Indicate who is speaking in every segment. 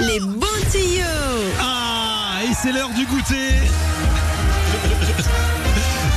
Speaker 1: Les bons tuyaux
Speaker 2: Ah, et c'est l'heure du goûter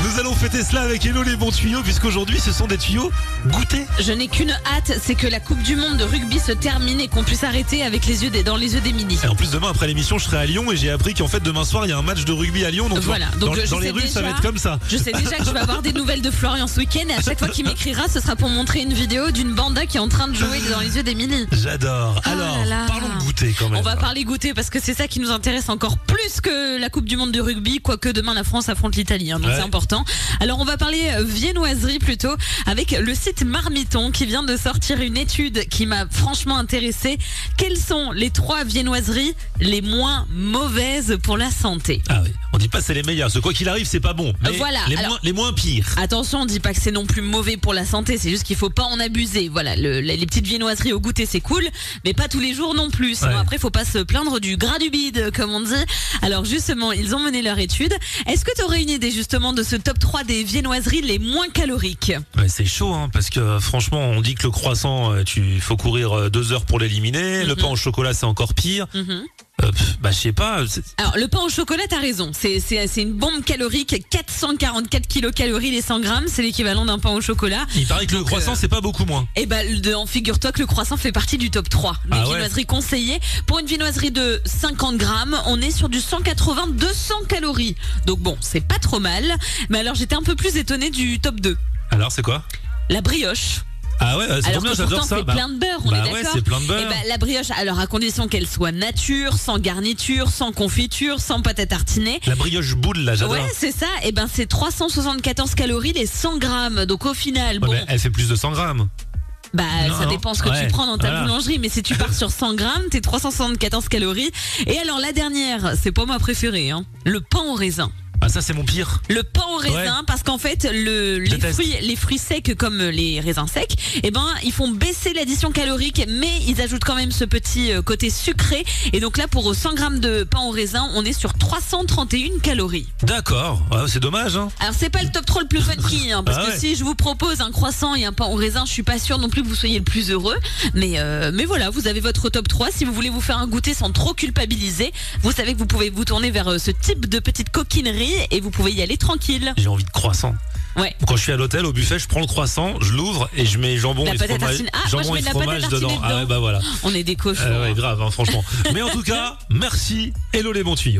Speaker 2: Nous allons fêter cela avec Hello les bons tuyaux, puisqu'aujourd'hui ce sont des tuyaux goûtés.
Speaker 1: Je n'ai qu'une hâte, c'est que la Coupe du Monde de rugby se termine et qu'on puisse arrêter avec les yeux des, dans les yeux des midi.
Speaker 2: Et en plus, demain après l'émission, je serai à Lyon et j'ai appris qu'en fait, demain soir, il y a un match de rugby à Lyon. Donc, tu vois,
Speaker 1: Voilà, donc
Speaker 2: dans,
Speaker 1: je- je
Speaker 2: dans les
Speaker 1: sais
Speaker 2: rues, ça va
Speaker 1: déjà-
Speaker 2: être comme ça.
Speaker 1: Je sais déjà que je vais avoir des nouvelles de Florian ce week-end et à chaque fois qu'il m'écrira, ce sera pour montrer une vidéo d'une banda qui est en train de jouer dans les yeux d'Emily.
Speaker 2: J'adore.
Speaker 1: Ah
Speaker 2: Alors,
Speaker 1: là là.
Speaker 2: parlons de goûter quand même.
Speaker 1: On va parler goûter parce que c'est ça qui nous intéresse encore plus que la Coupe du Monde de rugby, quoique demain la France affronte l'Italie, hein, donc
Speaker 2: Ouais.
Speaker 1: c'est important. Alors on va parler euh, viennoiserie plutôt avec le site Marmiton qui vient de sortir une étude qui m'a franchement intéressée. Quelles sont les trois viennoiseries les moins mauvaises pour la santé
Speaker 2: Ah oui. On dit pas c'est les meilleurs. Ce quoi qu'il arrive, c'est pas bon. Mais
Speaker 1: Voilà,
Speaker 2: Les,
Speaker 1: alors-
Speaker 2: moins, les moins pires.
Speaker 1: Attention, on dit pas que c'est non plus mauvais pour la santé, c'est juste qu'il faut pas en abuser. Voilà, le- les, les petites viennoiseries au goûter c'est cool, mais pas tous les jours non plus. Sinon
Speaker 2: Ouais.
Speaker 1: après faut pas se plaindre du gras du bide comme on dit. Alors justement, ils ont mené leur étude. Est-ce que tu aurais une idée justement de ce top 3 des viennoiseries les moins caloriques
Speaker 2: Ouais, c'est chaud, hein, parce que euh, franchement, on dit que le croissant, euh, tu faut courir euh, deux heures pour l'éliminer. Le
Speaker 1: Mhm.
Speaker 2: pain au chocolat, c'est encore pire.
Speaker 1: Mhm.
Speaker 2: Euh, pff, bah, je sais pas. c'est-
Speaker 1: Alors le pain au chocolat, t'as raison, c'est c'est- c'est une bombe calorique, 444 kilocalories les 100 grammes, c'est l'équivalent d'un pain au chocolat.
Speaker 2: Il paraît que le croissant, c'est pas beaucoup moins.
Speaker 1: Eh ben, le- en figure-toi que le croissant fait partie du top 3 des
Speaker 2: Ah ouais.
Speaker 1: viennoiseries conseillées. Pour une viennoiserie de 50 grammes, on est sur du 180-200 calories. Donc bon, c'est pas trop mal. Mais alors, j'étais un peu plus étonnée du top 2.
Speaker 2: Alors, c'est quoi
Speaker 1: La brioche.
Speaker 2: Ah ouais, euh, c'est
Speaker 1: Alors
Speaker 2: combien
Speaker 1: que
Speaker 2: J'adore
Speaker 1: pourtant,
Speaker 2: ça.
Speaker 1: c'est
Speaker 2: Bah,
Speaker 1: plein de beurre, on
Speaker 2: bah
Speaker 1: est
Speaker 2: ouais,
Speaker 1: d'accord
Speaker 2: c'est plein de
Speaker 1: Eh
Speaker 2: beurre.
Speaker 1: ben, la brioche, alors à condition qu'elle soit nature, sans garniture, sans confiture, sans pâte à tartiner,
Speaker 2: La brioche boule, là, j'adore.
Speaker 1: Ouais, c'est ça. Et ben, c'est 374 calories les 100 grammes. Donc au final,
Speaker 2: Ouais,
Speaker 1: bon,
Speaker 2: mais elle fait plus de 100 grammes.
Speaker 1: Bah,
Speaker 2: Non,
Speaker 1: ça
Speaker 2: non.
Speaker 1: dépend ce que
Speaker 2: Ouais,
Speaker 1: tu prends dans ta
Speaker 2: voilà.
Speaker 1: boulangerie, mais si tu pars sur 100 grammes, t'es 374 calories. Et alors, la dernière, c'est pas ma préférée, hein, le pain au raisin.
Speaker 2: Ah, ça, c'est mon pire.
Speaker 1: Le pain au raisin, parce qu'en fait, le, les,
Speaker 2: Déteste.
Speaker 1: fruits, les fruits secs comme les raisins secs, eh ben, ils font baisser l'addition calorique, mais ils ajoutent quand même ce petit euh, côté sucré. Et donc là, pour 100 grammes de pain au raisin, on est sur 331 calories.
Speaker 2: D'accord. Ouais, c'est dommage, hein.
Speaker 1: Alors c'est pas le top 3 le plus funky, hein, parce
Speaker 2: Ah
Speaker 1: que
Speaker 2: ouais.
Speaker 1: si je vous propose un croissant et un pain au raisin, je suis pas sûre non plus que vous soyez le plus heureux. Mais euh, mais voilà, vous avez votre top 3. Si vous voulez vous faire un goûter sans trop culpabiliser, vous savez que vous pouvez vous tourner vers euh, ce type de petite coquinerie et vous pouvez y aller tranquille.
Speaker 2: J'ai envie de croissant.
Speaker 1: Ouais.
Speaker 2: Quand je suis à l'hôtel, au buffet, je prends le croissant, je l'ouvre et je mets jambon
Speaker 1: La
Speaker 2: et
Speaker 1: patate
Speaker 2: fromage,
Speaker 1: tartine. Ah, moi, je
Speaker 2: jambon
Speaker 1: mets
Speaker 2: et
Speaker 1: de la
Speaker 2: fromage
Speaker 1: patate tartinée
Speaker 2: Ah ouais,
Speaker 1: dedans.
Speaker 2: bah voilà.
Speaker 1: On est des cochons.
Speaker 2: Ah ouais,
Speaker 1: hein.
Speaker 2: grave, hein, franchement. Mais en tout cas, merci. Hello les bons tuyaux.